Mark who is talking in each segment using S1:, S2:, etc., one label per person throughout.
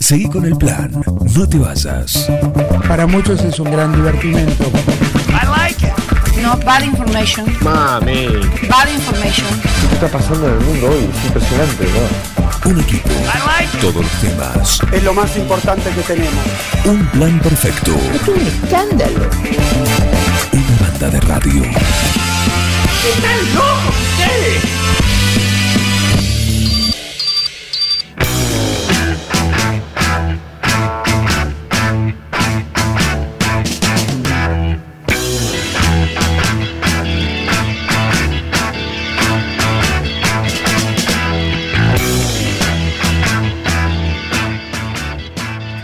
S1: Seguí con el plan. No te vayas.
S2: Para muchos es un gran divertimento.
S3: No, bad information.
S4: Mami,
S3: Bad information.
S4: ¿qué está pasando en el mundo hoy? Es impresionante, ¿no?
S1: Un equipo. Todos los temas.
S5: Es lo más importante que tenemos.
S1: Un plan perfecto.
S6: un escándalo.
S1: Una banda de radio.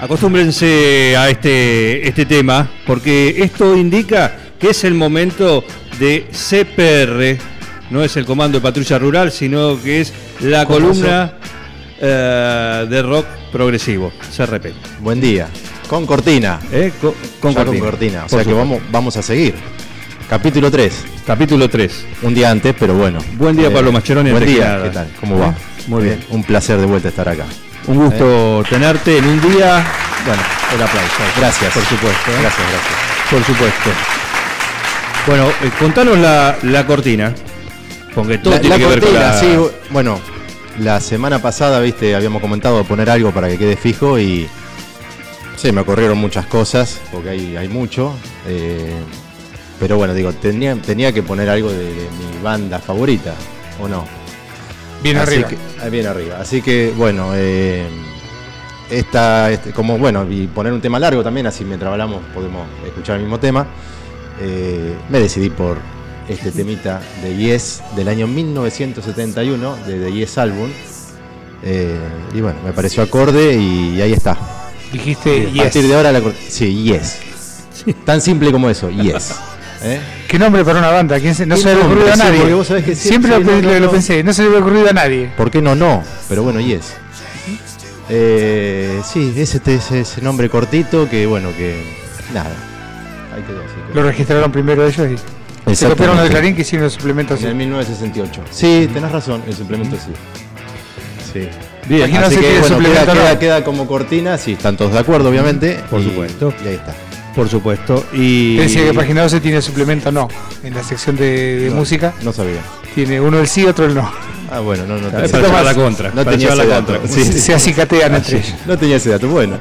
S7: Acostúmbrense a este, este tema, porque esto indica que es el momento de CPR. No es el comando de patrulla rural, sino que es la columna eh, de rock progresivo, CRP.
S8: Buen día. Con cortina.
S7: ¿Eh? Co- Con,
S8: Ya
S7: cortina.
S8: Con cortina. O
S7: Por
S8: sea que
S7: supuesto.
S8: vamos, vamos a seguir. Capítulo 3.
S7: Capítulo 3.
S8: Un día antes, pero bueno. Eh,
S7: Buen día, Pablo Mascheroni,
S8: Buen
S7: antes que
S8: día.
S7: nada.
S8: ¿Qué tal? ¿Cómo va?
S7: ¿Eh? Muy bien.
S8: Un placer de vuelta estar acá.
S7: Un
S8: ¿Eh?
S7: gusto tenerte en un día,
S8: Bueno, el aplauso. Gracias.
S7: Por supuesto, ¿eh?
S8: Gracias, gracias.
S7: por supuesto. Bueno, eh, contanos la, la cortina. Porque todo
S8: La,
S7: tiene
S8: la
S7: que ver
S8: cortina, sí.
S7: con la...
S8: Bueno, la semana pasada, viste, habíamos comentado poner algo para que quede fijo y. Sí, me ocurrieron muchas cosas, porque hay, hay mucho. eh, pero bueno, digo, tenía, tenía que poner algo de, de mi banda favorita, ¿o no?
S9: Bien
S8: Así
S9: arriba.
S8: que- ah, bien arriba. Así que, bueno, eh, esta, este, como bueno, y poner un tema largo también, así mientras hablamos podemos escuchar el mismo tema. Eh, me decidí por este temita de Yes del año 1971, de The Yes Album. Eh, y bueno, me pareció acorde y ahí está.
S9: Dijiste
S8: A
S9: yes.
S8: partir de ahora la cor- Sí, Yes. Tan simple como eso, Yes. ¿Eh?
S9: ¿Qué nombre para una banda? ¿Quién se- No
S8: ¿Qué
S9: se le había
S8: nombre?
S9: ocurrido a
S8: Sí,
S9: nadie.
S8: porque vos sabés que sí,
S9: Siempre
S8: sí,
S9: lo,
S8: no, no,
S9: lo- lo
S8: no.
S9: pensé, no se le había ocurrido a nadie.
S8: ¿Por qué no? No. Pero bueno, y es. Eh, sí, ese, ese, ese nombre cortito que, bueno, que. Nada. Ahí quedó. así quedó.
S9: Lo registraron primero ellos y se
S8: Exactamente.
S9: copiaron lo de Clarín que hicieron los suplementos.
S8: En el 1968. Sí, tenés razón, el suplemento sí. Sí.
S7: Bien,
S9: Imagínate
S8: Así
S9: que
S8: que,
S9: el
S8: bueno, queda,
S9: suplemento
S8: queda-
S9: no.
S8: queda como cortina, si están todos de acuerdo, obviamente.
S7: Por
S8: y-
S7: supuesto.
S8: Y ahí está.
S7: por supuesto. Y...
S9: Decía que Página 12 tiene suplemento no. En la sección de, de
S8: No,
S9: música
S8: No sabía.
S9: tiene uno el sí, otro el no.
S8: Ah, bueno, no, no
S7: Para
S8: tenía-
S7: llevar la contra,
S8: No
S7: para
S8: tenía
S7: llevar
S8: ese
S7: la
S8: dato.
S7: contra.
S8: Sí, Ah, sí,
S9: Se acicatean entre ellos.
S8: No tenía ese dato. Bueno.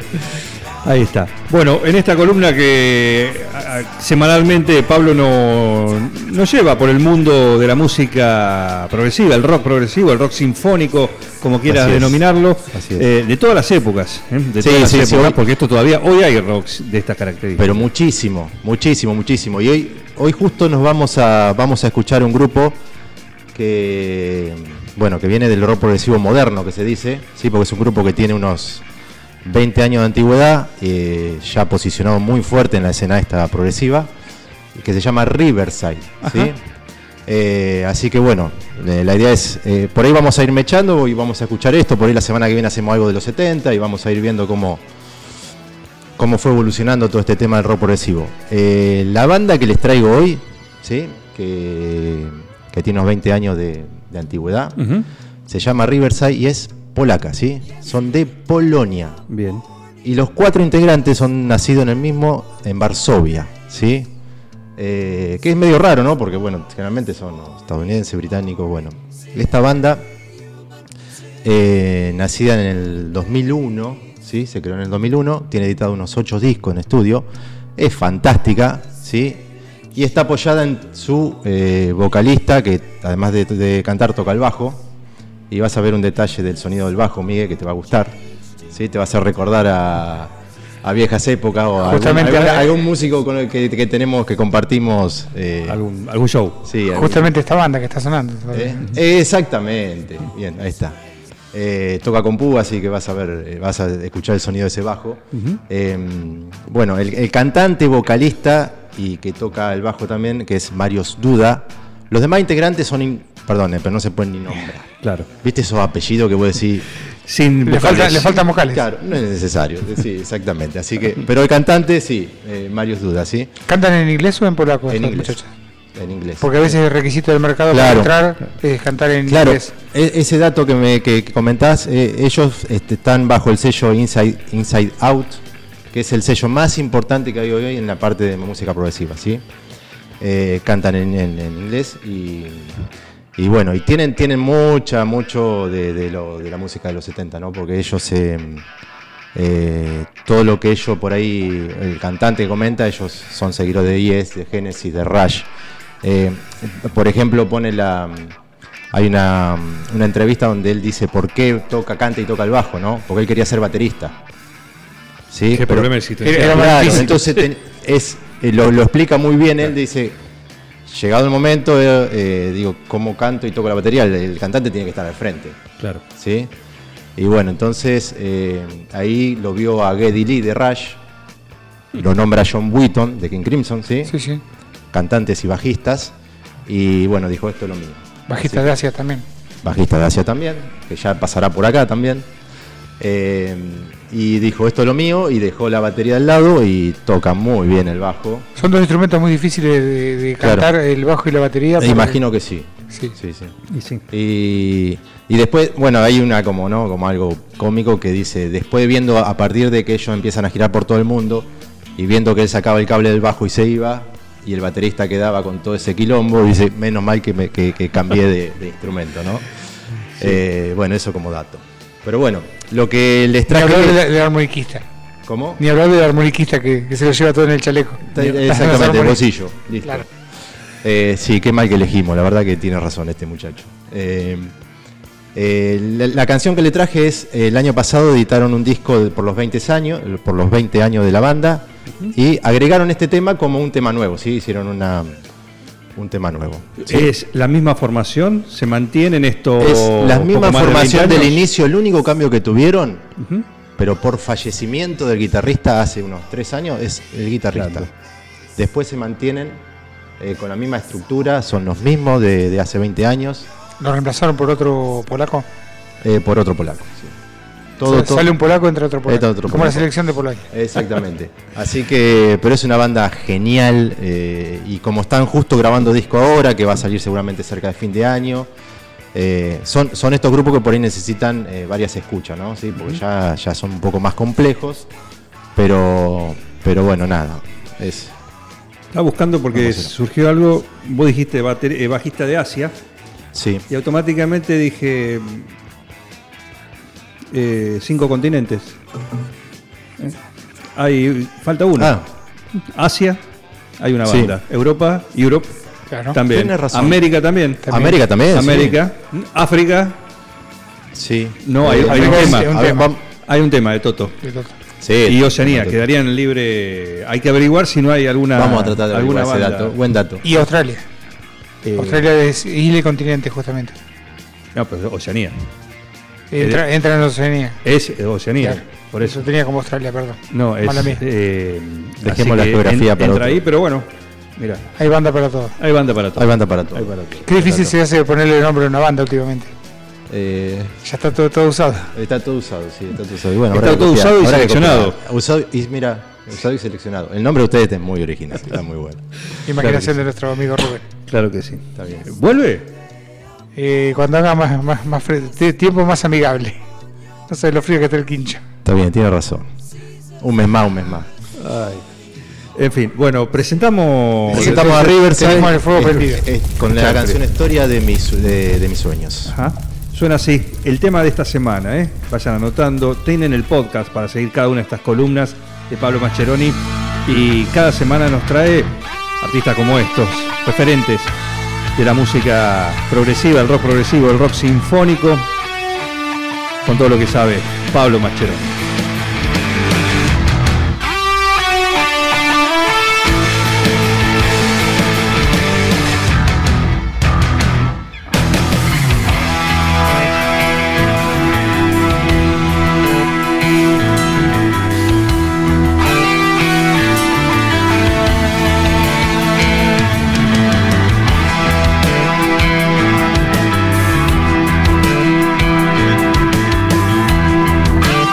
S7: Ahí está. Bueno, en esta columna que a- a- semanalmente Pablo no- nos lleva por el mundo de la música progresiva, el rock progresivo, el rock sinfónico, como quieras
S8: Así es.
S7: denominarlo,
S8: Así es.
S7: eh, de todas las épocas, ¿eh? de
S8: Sí,
S7: todas las
S8: sí, sí,
S7: épocas,
S8: hoy-
S7: porque esto todavía, hoy hay rocks de estas características.
S8: Pero muchísimo, muchísimo, muchísimo. Y hoy, hoy justo nos vamos a, vamos a escuchar un grupo que, bueno, que viene del rock progresivo moderno, que se dice, sí, porque es un grupo que tiene unos 20 años de antigüedad, eh, ya posicionado muy fuerte en la escena esta progresiva, que se llama Riverside, ¿sí? Eh, así que bueno, eh, la idea es, eh, por ahí vamos a ir mechando y vamos a escuchar esto, por ahí la semana que viene hacemos algo de los 70 y vamos a ir viendo cómo, cómo fue evolucionando todo este tema del rock progresivo. Eh, la banda que les traigo hoy, ¿sí? que, que tiene unos 20 años de, de antigüedad,
S7: Ujú.
S8: se llama Riverside y es polaca, ¿sí? son de Polonia.
S7: Bien.
S8: Y los cuatro integrantes son nacidos en el mismo, en Varsovia, ¿sí? Eh, que es medio raro, ¿no? Porque, bueno, generalmente son estadounidenses, británicos, bueno. Esta banda, eh, nacida en el 2001, ¿sí? Se creó en el 2001, tiene editado unos ocho discos en estudio, es fantástica, ¿sí? Y está apoyada en su eh, vocalista, que además de, de cantar toca el bajo, y vas a ver un detalle del sonido del bajo, Miguel, que te va a gustar. ¿sí? Te va a hacer recordar a, a viejas épocas o a algún-
S9: Justamente
S8: algún,
S9: ahora-
S8: algún músico con el que, que tenemos, que compartimos. eh,
S7: Algún, algún show.
S8: sí, algún-
S9: Justamente esta banda que está sonando.
S8: ¿eh? Eh, exactamente. Bien, ahí está. Eh, toca con púa, así que vas a ver, eh, vas a escuchar el sonido de ese bajo. Eh, bueno, el, el cantante, vocalista y que toca el bajo también, que es Marios Duda. Los demás integrantes son, in- perdone, pero no se pueden ni nombrar.
S7: Claro.
S8: ¿Viste esos apellidos que vos decís?
S7: Sin
S9: Le, falta,
S7: vocales.
S9: le faltan vocales.
S8: Claro, no es necesario. Sí, exactamente. Así que, pero el cantante, sí, eh, Marius Duda, ¿sí?
S9: ¿Cantan en inglés o en polaco?
S8: En
S9: estos
S8: inglés.
S9: muchachos?
S8: en inglés.
S9: Porque a veces el requisito del mercado
S8: Claro.
S9: para entrar es cantar en
S8: Claro,
S9: inglés.
S8: e- ese dato que, me, que que comentás, eh, ellos este, están bajo el sello Inside, Inside Out, que es el sello más importante que hay hoy en la parte de música progresiva, ¿sí? Eh, cantan en, en- en inglés y, y bueno, y tienen, tienen mucha, mucho de, de lo- de la música de los 70, ¿no? Porque ellos, eh, eh, todo lo que ellos por ahí, el cantante comenta, ellos son seguidores de Yes, de Genesis, de Rush. Eh, por ejemplo, pone la. Hay una, una entrevista donde él dice por qué toca, canta y toca el bajo, ¿no? Porque él quería ser baterista. ¿Sí?
S7: Qué
S8: Pero-
S7: problema existencial.
S9: Era más
S8: Claro,
S9: difícil.
S8: entonces ten- es, eh, lo, lo explica muy bien, él dice, llegado el momento, eh, eh, digo, ¿cómo canto y toco la batería? El, el cantante tiene que estar al frente,
S7: Claro.
S8: ¿sí? Y bueno, entonces eh, ahí lo vio a Geddy Lee de Rush, lo nombra John Wheaton de King Crimson, ¿sí?
S9: Sí, sí.
S8: Cantantes y bajistas, y bueno, dijo, esto es lo mío.
S9: Bajista de Asia también.
S8: Bajista de Asia también, que ya pasará por acá también. Eh, y dijo, esto es lo mío, y dejó la batería al lado y toca muy bien el bajo.
S9: Son dos instrumentos muy difíciles de, de
S8: Claro.
S9: cantar, el bajo y la batería. porque-
S8: Imagino que sí.
S9: Sí.
S8: Sí, sí.
S7: Y sí.
S8: Y, y después, bueno, hay una como, ¿no? Como algo cómico que dice, después viendo a partir de que ellos empiezan a girar por todo el mundo y viendo que él sacaba el cable del bajo y se iba y el baterista quedaba con todo ese quilombo, dice, menos mal que, me- que, que cambié de, de instrumento, ¿no? Eh, bueno, eso como dato. Pero bueno, lo que les
S9: Ni
S8: traje...
S9: hablar del, del armoniquista.
S8: ¿Cómo?
S9: Ni hablar del armoniquista que, que se lo lleva todo en el chaleco. Las
S8: Exactamente, el
S9: armoni-
S8: bolsillo. Listo.
S9: Claro.
S8: Eh, sí, qué mal que elegimos, la verdad que tiene razón este muchacho. Eh, eh, la, la canción que le traje es, eh, el año pasado editaron un disco de- por los 20 años, por los 20 años de la banda, y agregaron este tema como un tema nuevo, ¿sí? Hicieron una, un tema nuevo.
S7: ¿Es la misma formación? ¿Se mantienen esto?
S8: es la
S7: poco
S8: misma
S7: más de 20
S8: formación
S7: años?
S8: del inicio, el único cambio que tuvieron,
S7: Ujú.
S8: pero por fallecimiento del guitarrista hace unos tres años, es el guitarrista.
S7: Claro.
S8: Después se mantienen eh, con la misma estructura, son los mismos de, de hace 20 años,
S9: Lo reemplazaron por otro polaco.
S8: eh, por otro polaco. sí.
S9: Sa- Sale un polaco, entra otro polaco.
S8: Entra otro
S9: Como la
S8: polaco.
S9: selección de Polonia.
S8: Exactamente. Así que, pero es una banda genial eh, y como están justo grabando disco ahora, que va a salir seguramente cerca de fin de año, eh, son, son estos grupos que por ahí necesitan eh, varias escuchas, ¿no? Sí, porque ya, ya son un poco más complejos, pero, pero bueno, nada. Es,
S7: Estaba buscando porque
S8: Vamos a hacer.
S7: surgió algo. Vos dijiste bater- eh, bajista de Asia
S8: sí,
S7: y automáticamente dije. eh, cinco continentes. Eh, Hay, falta uno.
S8: Ah.
S7: Asia, hay una
S8: Sí.
S7: banda. Europa, Europe.
S9: Claro.
S7: También.
S8: Tenés razón.
S7: América también.
S8: América también, sí.
S7: América. África.
S8: sí.
S7: No, hay,
S8: Eh,
S7: hay un
S9: es-
S7: tema.
S9: es un
S8: a ver,
S9: tema.
S8: vam-
S7: Hay un tema de Toto.
S9: Del otro.
S8: sí,
S7: Y Oceanía,
S8: vamos a-
S7: quedarían libre. Hay que averiguar si no hay alguna.
S8: Vamos a tratar de
S7: alguna
S8: averiguar ese
S7: banda.
S8: dato. Buen dato.
S9: Y Australia.
S8: Eh,
S9: Australia es isla y continente, justamente.
S7: No, pero Oceanía.
S9: Entra, entra en Oceanía.
S7: Es eh, Oceanía.
S9: Claro.
S7: Eh. Por eso.
S9: Lo tenía como Australia, perdón.
S7: No, es.
S9: Mala mía.
S7: eh,
S8: Dejemos
S7: así
S8: la
S7: que
S8: geografía para
S7: entra
S8: otro.
S7: ahí, pero bueno. Mira,
S9: Hay banda para todo.
S7: hay banda para todo.
S8: Eh, hay banda para todo.
S7: Hay para todo.
S9: Qué difícil se hace ponerle nombre a una banda últimamente.
S8: Eh,
S9: Ya está todo, todo usado.
S8: Está todo usado, sí, está todo usado. Y bueno,
S7: Está
S8: habrá que
S7: todo
S8: copiar,
S7: usado y
S8: habrá que
S7: seleccionado.
S8: copiar. Usado y mira, usado y seleccionado. El nombre de ustedes es muy original, está muy bueno.
S9: Imaginación de nuestro amigo Rubén.
S7: Claro que sí.
S8: Está bien.
S7: ¿Vuelve?
S9: Eh, cuando haga más, más, más fre- te- tiempo más amigable. No sé lo frío que está el quincho.
S8: Está bien, tiene razón. Un mes más, un mes más.
S7: En fin, bueno, presentamos.
S8: Presentamos a Riverside
S9: tenemos el fuego
S8: es-
S9: prendido.
S8: es- con la canción Historia de mis, de, de mis sueños.
S7: Ajá. Suena así, el tema de esta semana, ¿eh? vayan anotando, tienen el podcast para seguir cada una de estas columnas de Pablo Mascheroni y cada semana nos trae artistas como estos, referentes de la música progresiva, el rock progresivo, el rock sinfónico, con todo lo que sabe Pablo Mascheroni.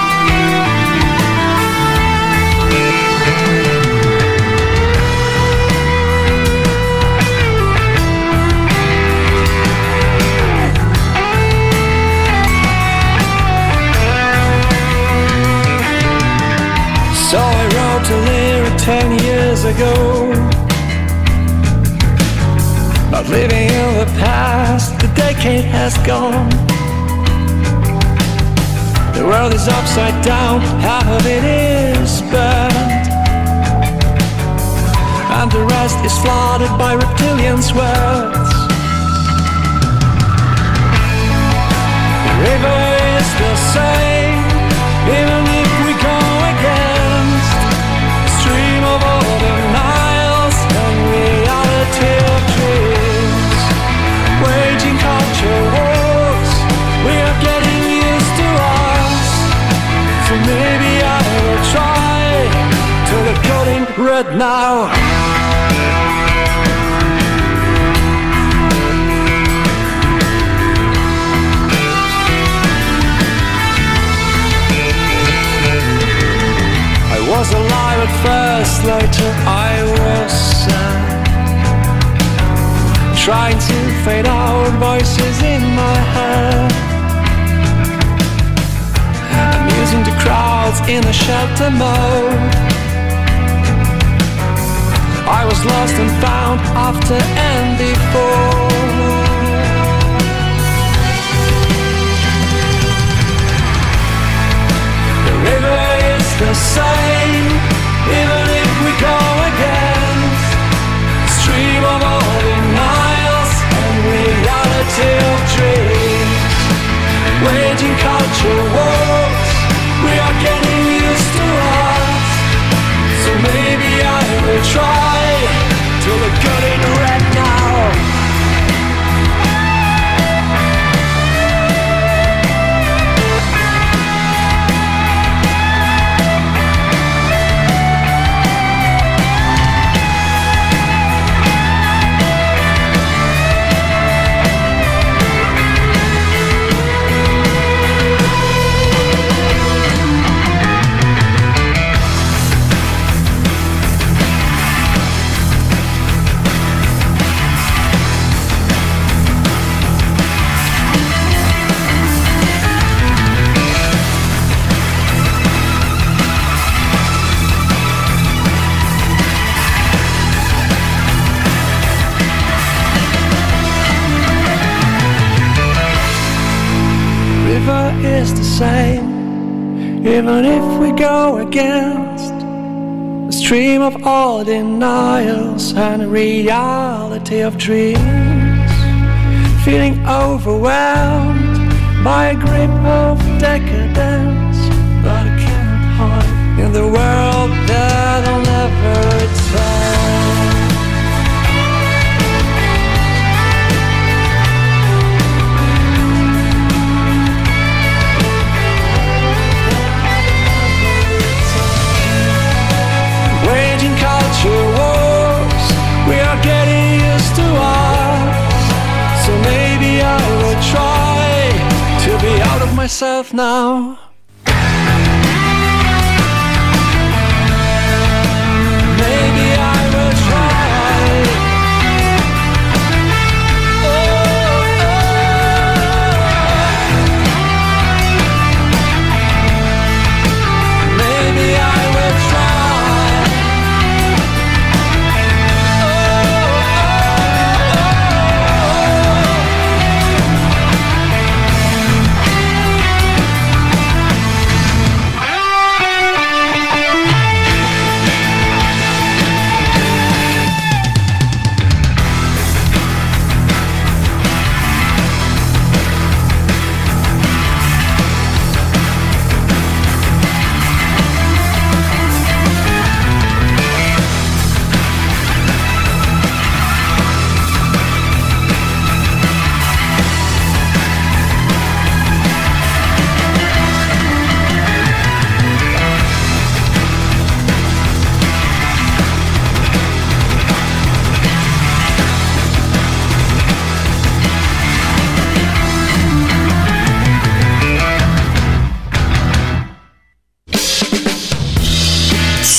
S6: Thank ten years ago. Not living in the past, the decade has gone. The world is upside down, half of it is burned. And the rest is flooded by reptilians' words. The river is the same, even if we go against stream of autumn Niles and reality of dreams. Waging culture wars, we are getting used to us. So maybe I will try to the coding red now. I was alive at first, later I was sad. Trying to fade out voices in my head. Amusing the crowds in a shelter mode. I was lost and found after and before. The river is the same, even if we go against stream of olden miles and reality of dreams. Waging culture wars, we are getting used to us. So maybe I will try till the good in red now. river is the same, even if we go against the stream of all denials and reality of dreams. Feeling overwhelmed by a grip of decadence, but I can't hide in the world that I'll never tell. Waging culture wars, we are getting used to us. So maybe I will try to be out of myself now. Maybe I will try. Oh, oh. Maybe I will try.